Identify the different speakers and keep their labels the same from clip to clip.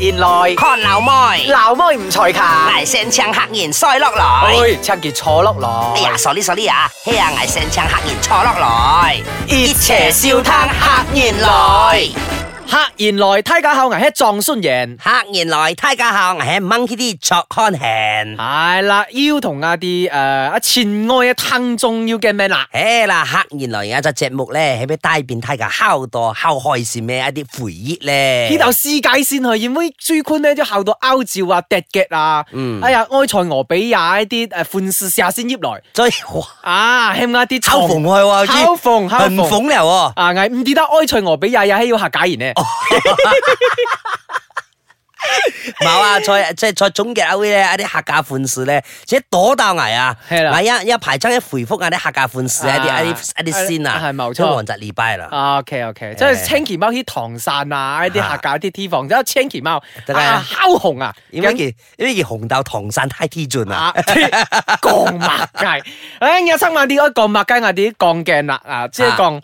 Speaker 1: 現來，
Speaker 2: 看老妹，
Speaker 1: 鬧妹唔才勤。
Speaker 2: 捱聲槍黑然衰落來。
Speaker 1: 哎，赤傑坐碌
Speaker 2: 哎
Speaker 1: 來，
Speaker 2: 呀，sorry sorry 啊，嘿呀，捱聲槍黑然坐落來，
Speaker 1: 熱邪笑
Speaker 2: 灘黑然來，
Speaker 1: 客言來，梯架後危吃撞酸人。
Speaker 2: 黑然來，大家好，我係 Monkey D 卓漢賢。
Speaker 1: 係哎啦，要同阿啲誒阿前愛嘅聽眾要嘅咩啦？
Speaker 2: 誒嗱，黑然來有一隻節目咧，係俾大變態嘅烤到烤開是咩一啲回憶咧？
Speaker 1: 呢度世界線去，因為最近呢，就考到歐照啊、迪嘅啊，
Speaker 2: 嗯
Speaker 1: 哎呀，埃塞俄比亞一啲誒款式下先入來
Speaker 2: 所以哇，
Speaker 1: 啊，欠一啲
Speaker 2: 抽縫開喎，
Speaker 1: 嘲諷嘲
Speaker 2: 很
Speaker 1: 諷
Speaker 2: 縫流喎。
Speaker 1: 啊，危唔記得埃塞俄比亞又係要下假言呢？
Speaker 2: 冇啊，再即係再總結下會咧，一啲客家款式咧，即係多到危啊！
Speaker 1: 係啦
Speaker 2: 嗱一一排真係回覆啊啲客家款式一啲
Speaker 1: 啊
Speaker 2: 一啲一啲先啊，
Speaker 1: 係冇錯
Speaker 2: 都黃澤禮拜啦，
Speaker 1: 啊，OK OK，即係千祈貓去唐山啊，一啲客家啲 T 房，即係千祈貓
Speaker 2: 得啦
Speaker 1: 啊，烤紅啊，
Speaker 2: 因為件因為件紅豆唐山太 T 盡啊，
Speaker 1: 啊，降麥雞，唉，有生猛啲嗰降麥雞，我哋降鏡啦啊，即係降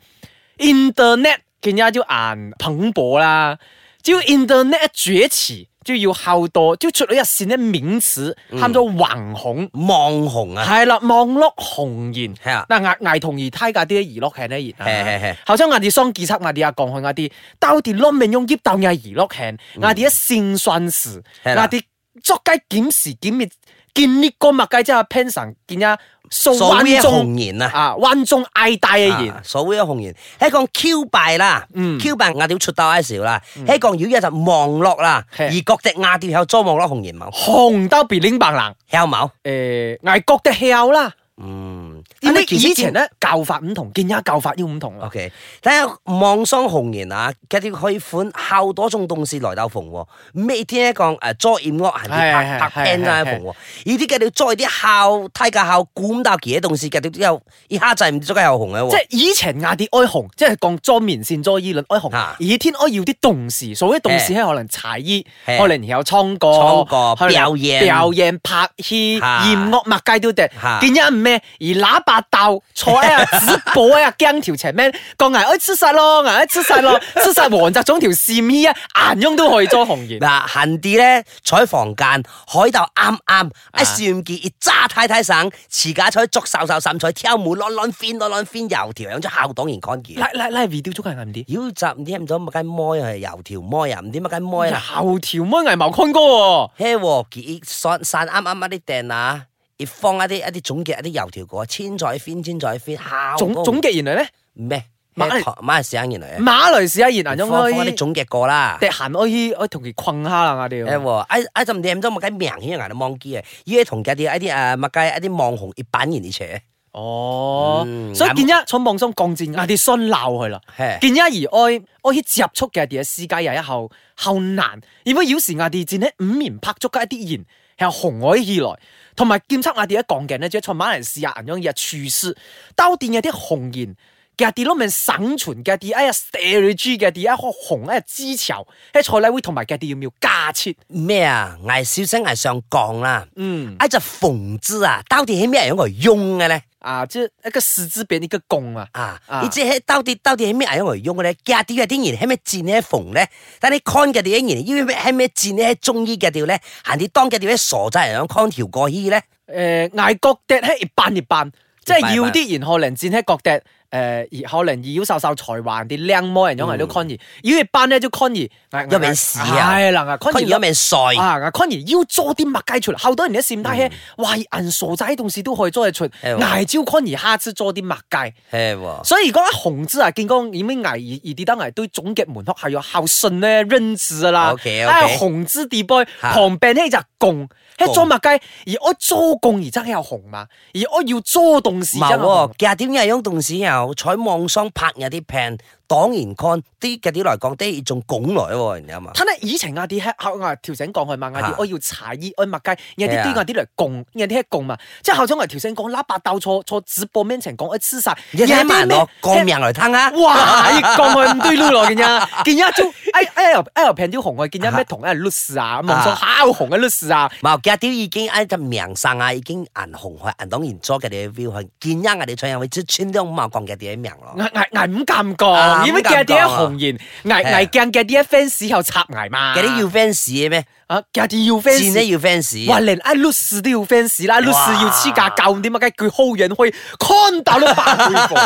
Speaker 1: internet，見家就硬蓬勃啦，只要 internet 崛起，就要好多，就出咗一線嘅名詞，喊做橫恐。
Speaker 2: 網紅啊，
Speaker 1: 係啦，網絡紅言
Speaker 2: 係啊，
Speaker 1: 嗱，牙牙同而睇架啲娛樂係呢
Speaker 2: 係
Speaker 1: 熱
Speaker 2: 係
Speaker 1: 啊
Speaker 2: 係，
Speaker 1: 後生牙啲雙記測牙啲啊，講開牙啲，到底攞命用葉豆嘅娛樂係，牙啲一線算事，
Speaker 2: 係啦
Speaker 1: 牙啲作雞檢時檢滅，見呢個物雞之後 p e n s o n 見啊，數
Speaker 2: 所謂
Speaker 1: 彎
Speaker 2: 嘅
Speaker 1: 中
Speaker 2: 紅言啊。
Speaker 1: 啊，彎中嗌大嘅言
Speaker 2: 啊，所謂嘅紅言，喺講 Q 幣啦，Q
Speaker 1: 嗯
Speaker 2: 幣亞調出到一時啦，喺講妖一就網絡啦，
Speaker 1: 係
Speaker 2: 而各隻亞調有做網絡紅言冇，
Speaker 1: 紅到鼻拎白冷，
Speaker 2: 有冇？
Speaker 1: 誒，牙覺得巧啦，
Speaker 2: 嗯，
Speaker 1: 因為
Speaker 2: 啊你
Speaker 1: 以前咧教法唔同，見家教法要唔同啦，
Speaker 2: OK，睇下網上紅言啊，佢哋可以款好多種東西來到逢喎。咩天一呃講誒作業樂行啲
Speaker 1: 係係
Speaker 2: 拍拍
Speaker 1: 係
Speaker 2: band 啊逢喎，呢啲佢哋再啲校睇架校管到其他東西，佢哋又一下就唔知佢又紅嘅
Speaker 1: 即
Speaker 2: 喎。
Speaker 1: 係以前亞啲哀紅，即係講裝棉線裝衣輪哀紅
Speaker 2: 啊，
Speaker 1: 以天哀要啲動事，所謂動事係可能柴衣，
Speaker 2: 係
Speaker 1: 可能有唱歌、
Speaker 2: 唱歌
Speaker 1: 可能
Speaker 2: 表演
Speaker 1: 表演、拍戲、
Speaker 2: 啊
Speaker 1: 驗樂、麥雞都得
Speaker 2: 啊。
Speaker 1: 見一唔咩，而喇叭斗坐喺啊直播喺啊鏡條前面，講牙哎吃晒咯，牙哎吃晒 咯，吃晒黃澤總條線衣啊，顏翁都可以裝紅言。
Speaker 2: 嗱，行啲咧採房間，海度啱啱
Speaker 1: 啊
Speaker 2: 一算見一揸太太省，持假彩捉哨哨滲彩，挑滿啷啷邊啷啷邊油條，養咗校黨員看見。
Speaker 1: 拉拉拉 video 足係啱啲，
Speaker 2: 妖集唔知唔咗乜雞妹係油條妹啊，唔知乜雞妹啊。
Speaker 1: 後條妹危毛坤哥喎，
Speaker 2: 嘿喎，結散散啱啱一啲訂啊，亦放一啲一啲總結一啲油條過，千載邊千載邊，效
Speaker 1: 總總結原來咧，
Speaker 2: 咩？
Speaker 1: 馬來
Speaker 2: 咩馬來西亞原來嘅，
Speaker 1: 馬來西亞言顏翁
Speaker 2: 放放
Speaker 1: 可
Speaker 2: 一
Speaker 1: 以
Speaker 2: 啲。總結過啦。
Speaker 1: 得閒可以可以哎同佢困下啦，我哋
Speaker 2: 誒
Speaker 1: 要。
Speaker 2: 喎，哎哎就唔知唔知冇雞名顯人哋望機啊，依家同嘅啲一啲誒物雞一啲網紅熱版言而且，
Speaker 1: 哦，
Speaker 2: 嗯
Speaker 1: 所以見一從網上降戰，我哋想啊鬧佢啦。
Speaker 2: 嘿，
Speaker 1: 見一而愛，我去接觸嘅啲世界又一後後難，因為有時我哋戰呢嗯五年拍足嘅一啲言係紅海以來，同埋檢測我哋一講嘅呢，即係從馬來西亞人樣嘢處事，兜電有啲紅言。嘅啲攞命生存嘅啲，哎呀 stereotype 嘅啲，一個紅哎一枝潮，喺賽禮會同埋嘅啲要唔要加設？
Speaker 2: 咩啊？捱小聲捱上降啦，
Speaker 1: 嗯，
Speaker 2: 哎就縫枝啊，到底係咩人嚟用嘅咧？
Speaker 1: 啊，即係一個十字邊一個弓啊。
Speaker 2: 啊！
Speaker 1: 啊
Speaker 2: 你知喺到底到底係咩人嚟用嘅咧？家啲嘅啲人係咩戰呢？逢咧，但你 con 嘅啲人，因為係咩戰呢？喺中醫嘅條咧，行啲當嘅條咧傻仔人樣 con 條過去咧，
Speaker 1: 誒捱呃角笛係一扮一扮，即係要啲然後能戰喺角笛，誒、而可能要受受才華啲靚模人樣嚟到 con 兒，要一班咧就 con 兒，
Speaker 2: 一面屎啊
Speaker 1: 係啦，con
Speaker 2: 而
Speaker 1: 兒
Speaker 2: 家命衰，
Speaker 1: 啊，con 兒要做啲乜雞出嚟，好多人一閃睇起，哇，人傻仔同事都可以做得出，
Speaker 2: 哎呦
Speaker 1: 捱招 con 兒下次做啲乜雞，
Speaker 2: 係喎，
Speaker 1: 所以講一紅字啊，見講點樣捱而而啲得捱都總結門學係要孝順咧、仁慈啦，
Speaker 2: OK，OK
Speaker 1: 啊紅字地杯
Speaker 2: 嚇
Speaker 1: 旁邊呢就共，喺
Speaker 2: 共
Speaker 1: 做物雞，而我做共而真係有紅嘛，而我要做動事真係
Speaker 2: 冇
Speaker 1: 有
Speaker 2: 喎
Speaker 1: 紅，
Speaker 2: 家啲人用動時候，喺網上拍有啲片，當然 con 啲嘅啲嚟講，啲仲拱來喎，人家嘛，
Speaker 1: 睇咧以前亞啲喺啊後亞調整講去嘛，亞啲
Speaker 2: 嚇
Speaker 1: 我要茶衣，我物雞，有
Speaker 2: 係
Speaker 1: 啲
Speaker 2: 啊
Speaker 1: 啲亞啲嚟共，有啲係共嘛，即係後生我調整講喇叭鬥錯錯直播面前講我黐晒，
Speaker 2: 你睇埋我
Speaker 1: 咩
Speaker 2: 講命嚟聽啊！
Speaker 1: 哇！一講佢唔對路咯，見呀，見呀就哎哎呦哎呦平啲紅啊，見呀咩同一律師啊，網上好紅嘅律師啊，
Speaker 2: 冇家啲已經喺隻命生啊，已經銀紅去銀當然咗嘅啲 view 去，見一我哋唱又會穿穿都冇講嘅啲名咯。
Speaker 1: 挨挨挨唔尷尬
Speaker 2: 啊
Speaker 1: 因為
Speaker 2: 咁
Speaker 1: 嘅啲
Speaker 2: 感覺啊
Speaker 1: 紅人危
Speaker 2: 係
Speaker 1: 危鏡嘅啲 fans 又插危嘛，
Speaker 2: 嘅啲要 fans 嘅咩？
Speaker 1: 啊嘅啲要
Speaker 2: 戰咧
Speaker 1: 啊 fans。
Speaker 2: 要 fans，
Speaker 1: 哇！連阿 Lucy 都要 fans 啦，Lucy 要黐架教點解佢好人可以 con 到都八倍 火？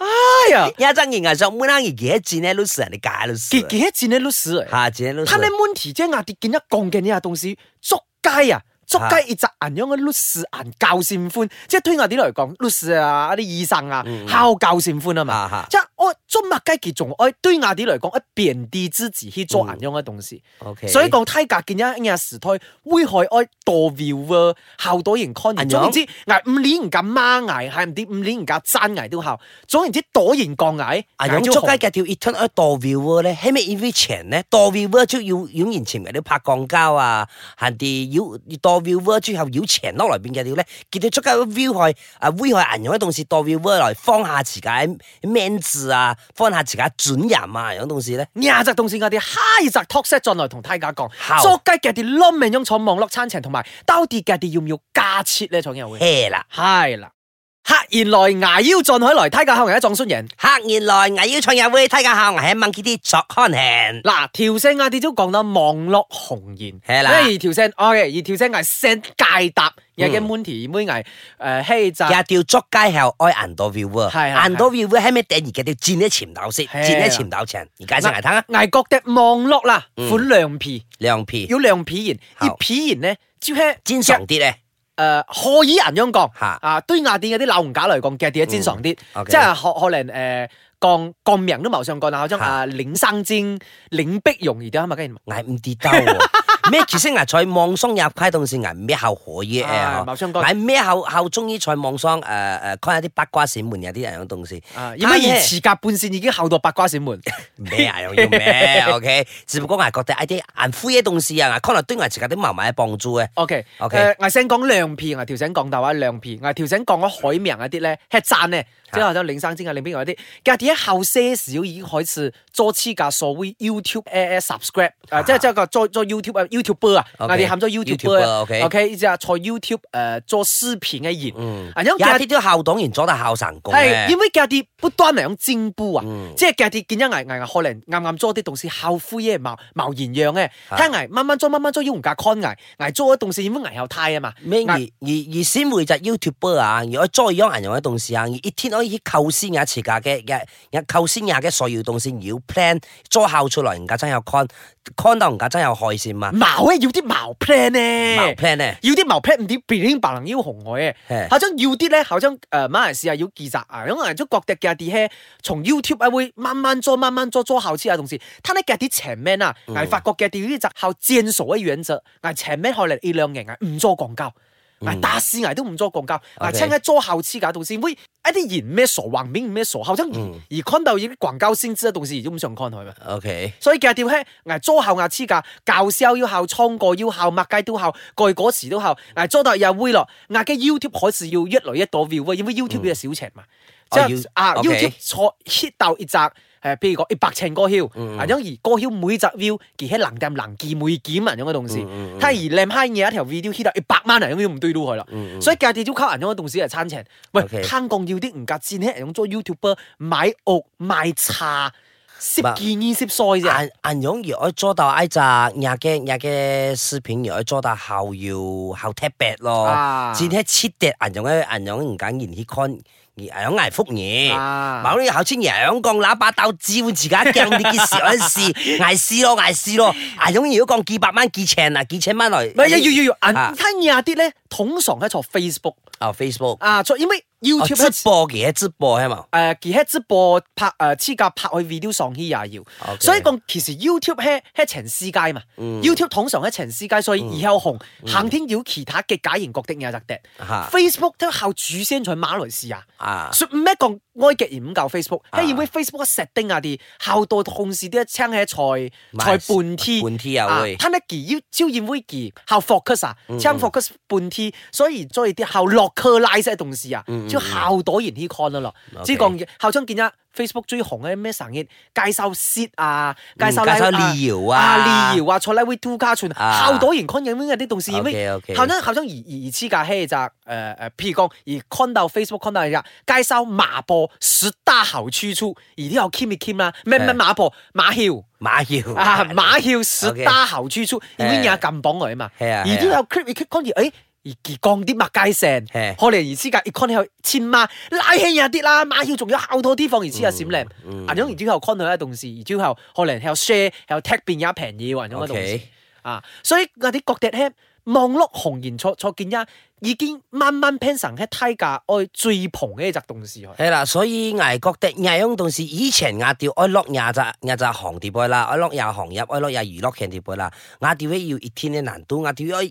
Speaker 1: 哎呀，
Speaker 2: 一陣言藝術每單而幾戰咧 l u c 人哋假 l u c
Speaker 1: 幾幾一戰呢 Lucy 嚟？
Speaker 2: 下戰咧 l u c
Speaker 1: 他咧 Monty 即係壓跌見一降嘅呢下東西，捉雞啊！捉雞一隻銀樣嘅 Lucy 銀教善寬，即係對我啲嚟講，Lucy 啊啲醫生啊，孝教善寬啊嘛。
Speaker 2: 啊
Speaker 1: 即係我中麥雞結仲，我對亞啲嚟講，一遍地之字去做銀樣嘅東西。
Speaker 2: ，OK，
Speaker 1: 所以講梯格見一日時胎，危害我多 view 啊，效多型 con
Speaker 2: 銀樣
Speaker 1: 言。總言之，捱五年唔敢孖捱，係唔知五年唔敢爭捱都效。總言之，躲型降捱，
Speaker 2: 啊，養足雞嘅條 Etern 啊，墮 view 咧，喺咩 i n v i t i o n 咧，墮 view 就要要年前嗰啲拍鋼膠啊，行啲要墮 view 之後要前落來變嘅條咧，見到足雞 view 害啊危害人用嘅東西墮 view 來放下自己 man 字啊，放下自己轉人啊，樣東西咧，
Speaker 1: 廿隻東線我哋嗨隻 talk set 進來同大家講
Speaker 2: 好，
Speaker 1: 作雞嘅啲冧命用坐網絡餐程同埋兜跌嘅啲要唔要加設咧？創業會
Speaker 2: hea 啦，
Speaker 1: 係啦，客然來牙腰進海來，睇下後人一撞酸人。
Speaker 2: 客年來危要創業會，睇下下我喺 monkey 啲作看行，
Speaker 1: 嗱，條聲我哋都講到網絡紅言，
Speaker 2: 係啦
Speaker 1: 而條聲，OK，而條聲係聲解答，而嘅
Speaker 2: 嗯
Speaker 1: Monty 妹藝誒嘿就
Speaker 2: 也條足雞後愛人墮 view 啊，
Speaker 1: 係係係
Speaker 2: 人墮 view 喺咩頂而嘅條戰一潛斗先，
Speaker 1: 係啊
Speaker 2: 戰一潛斗前，而家先嚟睇啊，
Speaker 1: 危國的網絡啦，
Speaker 2: 嗯
Speaker 1: 款亮皮
Speaker 2: 兩 P。
Speaker 1: 要亮皮言，而
Speaker 2: 好
Speaker 1: 皮言咧，就係
Speaker 2: 煎爽啲咧，
Speaker 1: 誒呃可以人樣講
Speaker 2: 嚇嗯
Speaker 1: 啊，對雅典嗰啲老人家嚟講嘅啲尖爽啲，
Speaker 2: OK
Speaker 1: 即係可可能誒講講名都冇上講啦，好像啊領生煎、領碧容易啲啊嘛，跟住
Speaker 2: 捱唔跌兜 喎。咩其實牙在網松入規動線，捱咩後可以
Speaker 1: 啊
Speaker 2: 誒？
Speaker 1: 冇相干
Speaker 2: 捱咩後後中醫在網松誒誒，看下啲八卦閃門有啲人樣東西。
Speaker 1: 啊，因為而
Speaker 2: 但係
Speaker 1: 時隔半線已經後到八卦閃門，
Speaker 2: 咩啊？又要咩？OK，只不過捱覺得一啲顏灰嘅東西啊，捱可能對牙自己啲麻麻嘅幫助嘅。
Speaker 1: OK
Speaker 2: OK
Speaker 1: 誒，我先講亮片，啊我調整講到話亮片，啊我調整講咗海名嗰啲咧，係讚咧，即係話咗領生煎啊、領碧容嗰啲，嘅啲後些少已經開始做黐架所謂 YouTube 誒誒 subscribe，啊，即係即係個做做 YouTube 啊 YouTuber 啊，我
Speaker 2: OK
Speaker 1: 哋喊咗 YouTuber 啊
Speaker 2: YouTuber，OK
Speaker 1: OK，即係坐 YouTube 誒做視頻嘅人，
Speaker 2: 嗯，
Speaker 1: 啊，因
Speaker 2: 有
Speaker 1: 為
Speaker 2: 一啲都後黨員左打後神功
Speaker 1: 係
Speaker 2: 咧
Speaker 1: 因。為嘅啲不斷嚟講進步啊，
Speaker 2: 嗯
Speaker 1: 即係嘅啲見一危危可能啱啱做啲東西啊後悔嘅冇冇現樣嘅，睇危慢慢做慢慢做要唔加 con 危危做嘅東西因為危後太啊嘛，
Speaker 2: 咩而而
Speaker 1: 危
Speaker 2: 而先會就 YouTube 啊，而我再樣人用嘅東西啊，而一天可以構思下自家嘅嘅嘅構思下嘅所要東西，要 plan 再後出來人家真有 con，con 到人家真有害先嘛，
Speaker 1: 矛咧要啲矛 plan
Speaker 2: 冇
Speaker 1: 咧。
Speaker 2: plan 咧，
Speaker 1: 要啲矛 plan 唔啲 bling 白能要紅海
Speaker 2: 係
Speaker 1: 嘅，好像要啲咧，好像誒馬來西亞要記實啊，因為中國嘅嘅啲咧，從 YouTube 啊會慢慢做慢慢做做後期啊，同時，他呢嘅啲前面啊，
Speaker 2: 嗯
Speaker 1: 我發覺嘅啲呢就靠堅守嘅原則，我前面可能呢兩年我唔做廣告。
Speaker 2: 嗯
Speaker 1: 我打死我都唔做廣告，我
Speaker 2: OK
Speaker 1: 聽喺做後期嘅啊東西，會一啲言咩傻橫面咩傻，好像
Speaker 2: 嗯
Speaker 1: 而 con 到啲廣告啊先知嘅東西，而都唔想 con 佢嘛。
Speaker 2: ，OK，
Speaker 1: 所以嘅條嘿，挨左後牙黐架，教燒要後，倉過要後，麥雞都後，蓋嗰時都後，挨左到又會落，挨嘅 YouTube 開始要一來一朵 view 啊，因為 YouTube 嘅小尺嘛，即係
Speaker 2: 嗯要
Speaker 1: 啊
Speaker 2: OK
Speaker 1: YouTube 錯 hit 到一集。誒，譬如講一百尺歌謠，
Speaker 2: 嗯
Speaker 1: 啊，因而歌謠每集 view 其實能掂能見每件啊，咁嘅東西，
Speaker 2: 嗯
Speaker 1: 睇而靚閪嘢一條 video hit 到一百萬啊，咁樣唔對到佢啦。所以價地都靠人咁嘅東西嚟餐錢。喂，
Speaker 2: OK
Speaker 1: 香港要啲唔夾錢咧，用咗 YouTuber 買屋買茶，攝建議攝菜啫。
Speaker 2: 人人用而我做到哎一隻廿嘅廿嘅視頻，而我做到後要後 tap back 咯
Speaker 1: 啊，
Speaker 2: 只係切跌人用嘅人用唔敢言去 con，人用危福嘢。
Speaker 1: 啊
Speaker 2: 某啲後千陽光喇叭斗置換自家鏡呢件事嗰 陣時，捱試咯捱試咯，啊捱總如果講幾百蚊幾千啊幾千蚊來，
Speaker 1: 唔係，要要要，
Speaker 2: 啊
Speaker 1: 銀吞廿啲咧，通常喺坐 Facebook
Speaker 2: 啊 Facebook
Speaker 1: 啊，坐因為
Speaker 2: 哦
Speaker 1: YouTube
Speaker 2: 直
Speaker 1: 咧。
Speaker 2: 播嘅直播係嘛？
Speaker 1: 誒，其實直播拍誒黐架拍去 video 上去也要，
Speaker 2: OK
Speaker 1: 所以講其實 YouTube 係係全世界嘛，YouTube 通常係全世界，所以以後紅行天要其他嘅假型國的嘢就得
Speaker 2: 嚇
Speaker 1: ，Facebook 都靠主先在馬來西亞，
Speaker 2: 啊
Speaker 1: 所以唔係講埃及而唔夠 Facebook，
Speaker 2: 啊
Speaker 1: 係因為 Facebook 嘅設定啊啲，後到控制啲一青喺在在
Speaker 2: 咪
Speaker 1: 半天。
Speaker 2: 半 T 啊會嗯
Speaker 1: 他呢幾要招宴會幾後 focus 啊，將 focus 半 P，所以所以啲後落客拉些同事啊，就好多人去看咯咯。只
Speaker 2: 嗯 OK
Speaker 1: 講後張見一 Facebook 最紅嘅咩成日介紹 sit 啊，介紹
Speaker 2: 嗯
Speaker 1: 拉
Speaker 2: 介紹療啊
Speaker 1: 啊療啊，坐拉會 two 家傳，
Speaker 2: 啊
Speaker 1: 好多人看影片嘅啲同事，因為
Speaker 2: OK，OK
Speaker 1: 後張後張而而而黐架嘿咋誒誒，譬如講而 con 到 Facebook con 到而家介紹麻婆十大好處處，而啲有 Kim 咪 Kim 啦，咩咩
Speaker 2: 係
Speaker 1: 麻婆馬曉。
Speaker 2: 馬耀
Speaker 1: 啊，馬曉十
Speaker 2: OK
Speaker 1: 大好處處，已經有撳榜佢啊嘛。
Speaker 2: 係啊
Speaker 1: 而都有 clip，而 clip 講住，誒，而而降啲麥界線，
Speaker 2: 係
Speaker 1: 可能而之間而 con 佢千孖拉輕有啲啦，馬曉仲有好多啲放，而之有閃亮。啊，咁而之後 con 佢一動事，而之後可能有 share，有 tag 變有平嘢或者一動事
Speaker 2: OK
Speaker 1: 啊，所以嗰啲各地咧。網絡紅言錯錯見一，已經慢慢 plan 成喺梯架愛最蓬嘅一隻動事去。
Speaker 2: 係啦，所以捱覺得捱用同時以前捱掉愛落廿隻廿隻行地杯啦，愛落廿行入，愛落廿娛樂嘅地杯啦，捱掉要一天嘅難度，捱掉要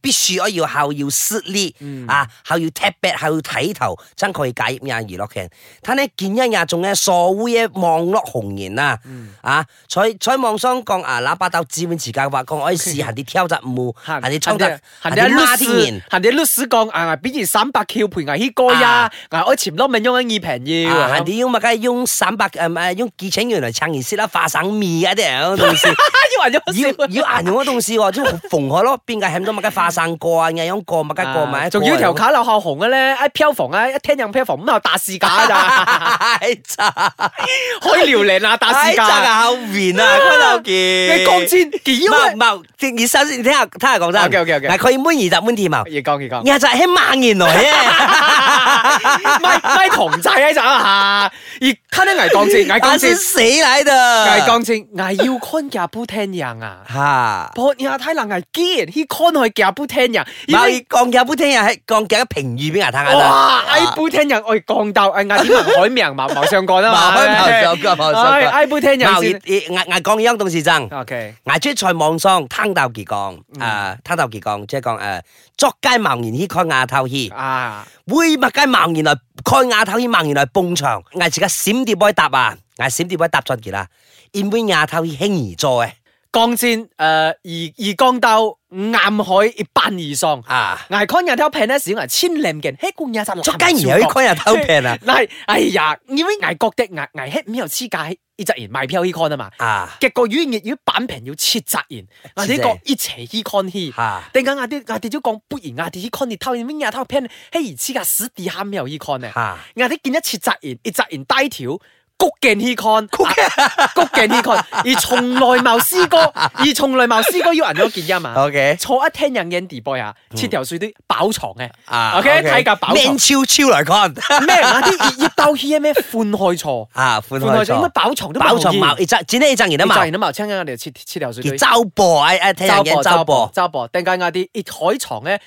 Speaker 2: 必須愛要後要實力
Speaker 1: 嗯
Speaker 2: 啊，後要踢 b 後要睇頭，真可以解入廿娛樂嘅。但係見一廿仲嘅所謂嘅網絡紅言啊，
Speaker 1: 嗯
Speaker 2: 啊，在在網上講啊，喇叭斗資本時間話講，愛試下啲挑隻舞，下啲衝突，下
Speaker 1: 行
Speaker 2: 啲
Speaker 1: 啲
Speaker 2: 孖
Speaker 1: 律
Speaker 2: 啲言
Speaker 1: 師，。行啲律師講啊，比如三百橋賠危險哥呀
Speaker 2: 啊，
Speaker 1: 啊我潛撈咪用緊二平要
Speaker 2: 啊，人哋用乜嘅用三百誒誒用幾千元嚟撐件事啦，化省面啊啲人 同事，
Speaker 1: 要人
Speaker 2: 要
Speaker 1: 有笑
Speaker 2: 要硬用嗰同事喎，即係縫開咯，邊個係咁多乜嘅化省過啊，硬用過乜嘅過
Speaker 1: 啊
Speaker 2: 咪，
Speaker 1: 仲要條卡留後紅嘅咧，一票房啊，一聽人票房咁又打市價 咋，
Speaker 2: 太渣，
Speaker 1: 開遼寧啊打
Speaker 2: 太
Speaker 1: 市
Speaker 2: 渣
Speaker 1: 價，
Speaker 2: 嘅後面啊，嗰度件，
Speaker 1: 你講先，
Speaker 2: 唔
Speaker 1: 屌
Speaker 2: 係
Speaker 1: 啊
Speaker 2: 唔！係，正熱首先聽下聽下講真
Speaker 1: OK，OK，OK
Speaker 2: 嗱佢滿二十滿二
Speaker 1: 你講你講，
Speaker 2: 廿就係萬年來啊，
Speaker 1: 咪咪同仔喺度啊！而他啲危講先，危講
Speaker 2: 但
Speaker 1: 先
Speaker 2: 是，死嚟的，
Speaker 1: 危講先，危要看也不聽人啊！
Speaker 2: 嚇。
Speaker 1: 博亞睇能危堅，佢 con 佢也不聽人，因
Speaker 2: 唔
Speaker 1: 為
Speaker 2: 係降價不聽人，係降價嘅評語俾牙睇下
Speaker 1: 哇！
Speaker 2: À.
Speaker 1: 哎，杯聽人，我哋降鬥，哎，嗌啲文海名謀謀上 講啊嘛，
Speaker 2: 謀上講謀上講
Speaker 1: 哎哎，杯聽人先。
Speaker 2: 牙牙降央董事長，
Speaker 1: OK，
Speaker 2: 牙出在網上攤鬥結講，誒攤鬥結講，即係講誒作街盲言去開牙頭
Speaker 1: Dạ.
Speaker 2: 去，
Speaker 1: 啊，
Speaker 2: 會物街盲言來開牙頭去盲言來蹦牆，牙自家閃電波答啊，牙閃電波答出嚟啦，因為牙頭去輕而做嘅
Speaker 1: 降戰誒，而而降鬥，暗海一扮而喪。
Speaker 2: 啊，
Speaker 1: 挨康人偷平咧，小挨千零件，嘿官也就
Speaker 2: 作街而去開牙頭平啊，
Speaker 1: 嗱，哎呀，因為挨覺得挨挨黑唔有黐界，一隻人賣票去 con 啊嘛，
Speaker 2: 啊
Speaker 1: 結果語言要板平要切責人，或者講一齊去 con 去。
Speaker 2: 嚇
Speaker 1: 點解我啲我哋都講不如我哋去 con 你偷，因為我偷平，嘿而黐界死地下唔有去 con 咧。
Speaker 2: 嚇，
Speaker 1: 我哋見一次扎然，而扎然低條。谷鏡 Hecon，谷鏡 Hecon，而從來冇試過，而從來冇試過要人咗件音啊！
Speaker 2: OK
Speaker 1: 坐一聽人嘅 d boy 啊，切條水啲飽藏嘅
Speaker 2: 啊
Speaker 1: ，OK 睇架飽
Speaker 2: 面
Speaker 1: 藏
Speaker 2: 超超來 看
Speaker 1: 咩啊啲熱熱鬥氣咩寬開錯，
Speaker 2: 啊，款
Speaker 1: 寬開
Speaker 2: 開
Speaker 1: 錯應該
Speaker 2: 錯，
Speaker 1: 飽藏都
Speaker 2: 飽藏矛，一陣剪呢一陣而
Speaker 1: 你
Speaker 2: 得矛
Speaker 1: 扎。然都冇聽緊我哋切切條水
Speaker 2: 叫
Speaker 1: 堆，
Speaker 2: 周播啊！誒，聽人嘅周播，
Speaker 1: 周博，突然間我啲熱海床咧。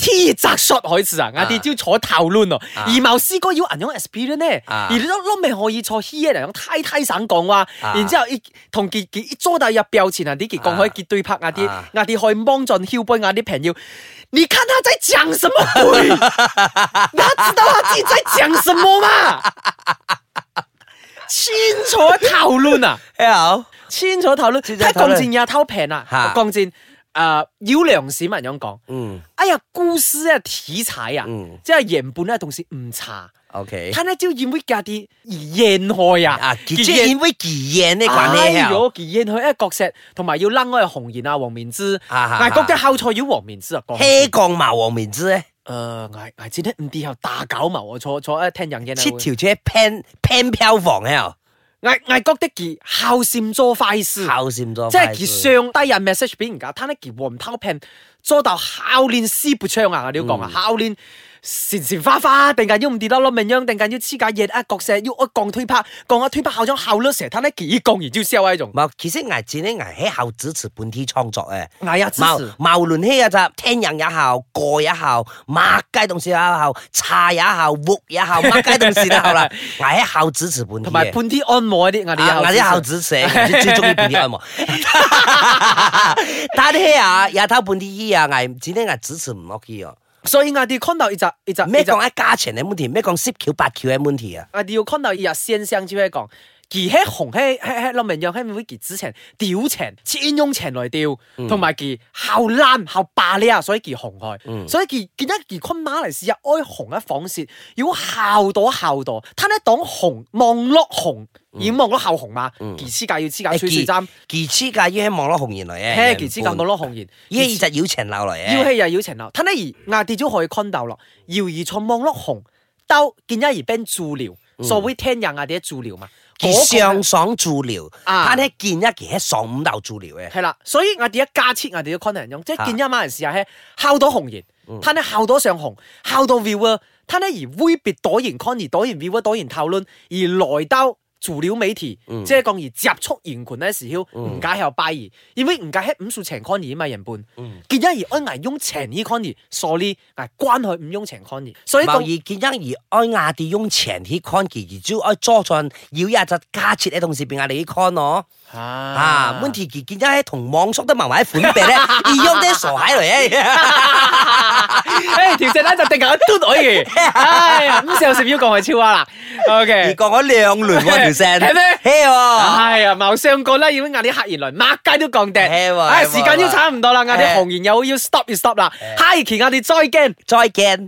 Speaker 1: 天擇 shot 海事啊！我啲朝坐頭攣哦，
Speaker 2: 啊
Speaker 1: 而冇試過要人用 SP 咧呢，
Speaker 2: 啊
Speaker 1: 而你都都未可以坐 here 嚟用太太省講話，
Speaker 2: 啊
Speaker 1: 然之後一同結結坐到入表前啊啲結講可以結對拍啊啲
Speaker 2: 啊
Speaker 1: 啊啲可以幫盡 h 杯啊啲朋友，你看他在講什麼 鬼？他知道他自己在講什麼嗎？清楚討論啊！
Speaker 2: L
Speaker 1: 千咗頭咯，
Speaker 2: 千
Speaker 1: 睇
Speaker 2: 咗頭
Speaker 1: 鋼
Speaker 2: 咧
Speaker 1: 戰也偷平啊！
Speaker 2: 嚇
Speaker 1: 鋼戰誒妖呃良市民咁講，
Speaker 2: 嗯
Speaker 1: 哎呀，故事啊題材啊，
Speaker 2: 嗯
Speaker 1: 即係原本咧啊同時唔差，
Speaker 2: ，OK
Speaker 1: 睇咧招演會加啲而演害啊
Speaker 2: 啊，，即係因為忌言呢關
Speaker 1: 哎
Speaker 2: 係啊，
Speaker 1: 呦，而演佢一角石，同埋要掹開紅顏啊黃面枝，
Speaker 2: 啊
Speaker 1: 嗌覺得後菜要黃面枝啊，呃講
Speaker 2: 黑降茅黃面子咧，
Speaker 1: 誒嗌嗌戰得唔跌後打搞毛啊，坐坐一聽人嘅
Speaker 2: 切
Speaker 1: 咧，
Speaker 2: 條車 pan pan 票房 L
Speaker 1: 嗌嗌覺得佢孝善做快事。
Speaker 2: 考閃咗，
Speaker 1: 即係佢上低人 à, message 俾人家，他呢佢黃偷平，做到考練撕不槍啊！你要講啊，考練閃閃花花，定緊要唔跌得咯，明樣定緊要黐架熱啊，角石要我降推拍，降下推拍後將效率成，他呢佢降完招銷啊呢種
Speaker 2: 唔，係，其實牙子呢牙喺後支持本地創作嘅。
Speaker 1: 哎呀，支
Speaker 2: 矛
Speaker 1: 持
Speaker 2: 矛亂欺啊！咋聽人也好，過也好，抹街同事也好，茶也好，活也好，抹街同事 也好啦。牙喺後支持本地
Speaker 1: 同埋
Speaker 2: 嘅。
Speaker 1: 半啲按摩嗰啲，我
Speaker 2: 啊！我
Speaker 1: 哋
Speaker 2: 啲
Speaker 1: 有
Speaker 2: 孝子社，最中意半啲 按摩。但啲啊，也偷半啲衣啊，危只呢牙支持唔落去哦。
Speaker 1: 所以我哋 con 到一集一集
Speaker 2: 咩
Speaker 1: 一集
Speaker 2: 講一價錢嘅問題，咩講十橋八橋嘅問題啊？
Speaker 1: 我哋要 con 到一日先生只可以講，佢喺紅喺喺喺林明陽喺 Vicky 之前屌情，千翁情來調，同埋佢後爛後霸呢啊，所以佢紅開，所以佢見一佢昆馬來西亞愛紅一仿舌，要孝到孝到，攤一檔紅望落紅，而望落後紅嘛，佢黐架要黐
Speaker 2: 哎
Speaker 1: 架吹水針，
Speaker 2: 其次架要喺網絡紅言嚟嘅，
Speaker 1: 嘿佢黐架望落紅言，
Speaker 2: 依係二隻妖情鬧嚟
Speaker 1: 要
Speaker 2: 嘅，
Speaker 1: 氣又要情流，睇你而壓跌咗可以 con 到咯，搖而坐望碌紅，兜見一而 b 助聊，所謂聽人壓跌助聊嘛，
Speaker 2: 佢上爽助聊，
Speaker 1: 啊
Speaker 2: 但係見一其喺上五度助聊嘅，
Speaker 1: 係啦，所以壓跌一加切壓跌咗 con 人用，即係見一馬人試下係敲到紅言，睇你敲到上紅，敲到 viewer，睇你而威別躲然 con 而躲然 viewer 躲然討論，而來兜。做了美題，即係講而接觸言權呢時候，唔解係拜而，因為唔解係五數情 con 而嘛人半，見一而安危用情呢 con 而，所以危關啊佢唔用情 con 而，所以
Speaker 2: 貿
Speaker 1: 講。
Speaker 2: 易見一而愛亞啲用錢去 con 佢，而主愛做盡要一隻假設嘅同時變亞啲 con 咯。
Speaker 1: 啊，
Speaker 2: 啊，問題佢見一喺同網叔得埋埋一款病咧，而用啲傻閪嚟嘅。
Speaker 1: 诶，哎条只咧就定係一嘟我嘅，哎呀，咁有時要講係超啊啦
Speaker 2: 而
Speaker 1: ，OK，
Speaker 2: 講咗兩輪喎條聲，
Speaker 1: 係咩
Speaker 2: 嘿喎，
Speaker 1: 哎呀，冇上過啦，已經嗌啲客言來，抹街都降跌，
Speaker 2: 係喎
Speaker 1: 哎，
Speaker 2: 係喎
Speaker 1: 時間都差唔多啦，嗌
Speaker 2: 係
Speaker 1: 哎啲紅言又要 stop 要 stop 啦，下一期我哋再見。
Speaker 2: 再見。